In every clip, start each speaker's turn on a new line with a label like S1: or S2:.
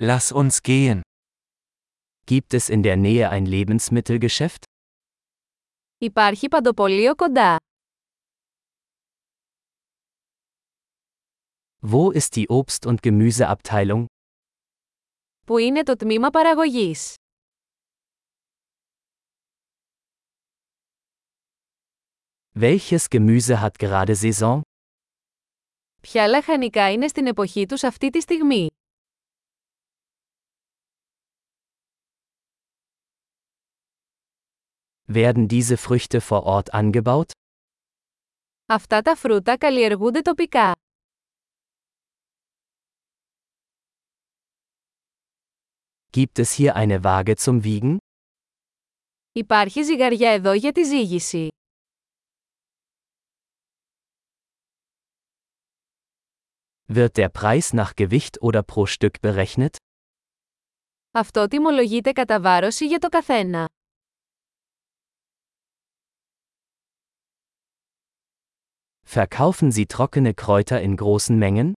S1: Lass uns gehen. Gibt es in der Nähe ein Lebensmittelgeschäft?
S2: Υπάρχει παντοπολείο κοντά.
S1: Wo ist die Obst- und Gemüseabteilung?
S2: Πού είναι το τμήμα παραγωγής.
S1: Welches Gemüse hat gerade Saison?
S2: Ποια λαχανικά είναι στην εποχή τους αυτή τη στιγμή.
S1: Werden diese Früchte vor Ort angebaut?
S2: Αυτά τα φρούτα καλλιεργούνται τοπικά.
S1: Gibt es hier eine Waage zum Wiegen?
S2: Υπάρχει ζυγαριά εδώ για τη ζύγηση.
S1: Wird der Preis nach Gewicht oder pro Stück berechnet?
S2: Αυτό τιμολογείται κατά βάρωση για το καθένα.
S1: Verkaufen Sie trockene Kräuter in großen Mengen?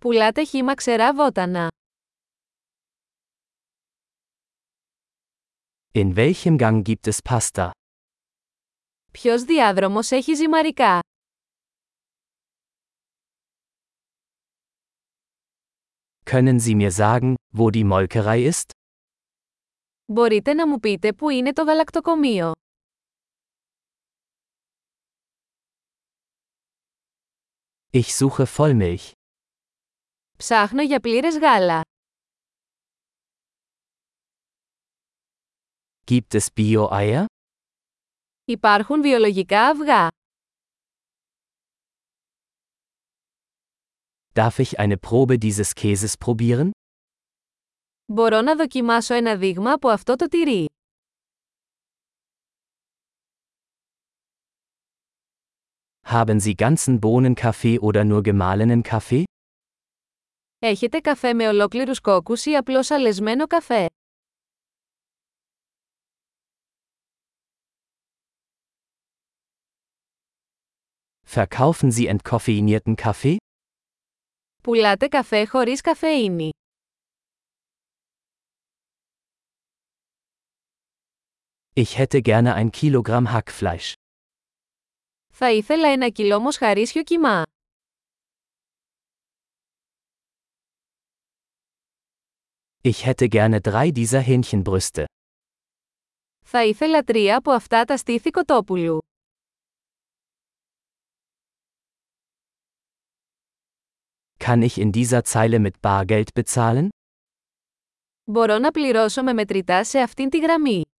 S2: Πουλάτε χύμα ξερά βότανα.
S1: In welchem Gang gibt es Pasta?
S2: Ποιος διάδρομος έχει ζυμαρικά.
S1: Können Sie mir sagen, wo die Molkerei ist?
S2: Μπορείτε να μου πείτε πού είναι το γαλακτοκομείο.
S1: Ich suche Vollmilch.
S2: Ψάχνω για πλήρες γάλα.
S1: Gibt es Bio-Eier?
S2: Υπάρχουν βιολογικά αυγά.
S1: Darf ich eine Probe dieses Käses probieren?
S2: Μπορώ να δοκιμάσω ένα δείγμα από αυτό το τυρί.
S1: Haben Sie ganzen Bohnenkaffee oder nur gemahlenen Kaffee?
S2: Έχετε καφέ με ολόκληρους κόκκους ή απλώς αλεσμένο καφέ.
S1: Verkaufen Sie entkoffeinierten Kaffee?
S2: Πουλάτε καφέ χωρίς καφεΐνη.
S1: Ich hätte gerne ein Kilogramm Hackfleisch.
S2: Θα ήθελα ένα κιλό μοσχαρίσιο κιμά.
S1: Ich hätte gerne drei dieser Hähnchenbrüste.
S2: Θα ήθελα τρία από αυτά τα στήθη κοτόπουλου.
S1: Kann ich in dieser Zeile mit Bargeld bezahlen?
S2: Μπορώ να πληρώσω με μετρητά σε αυτήν τη γραμμή.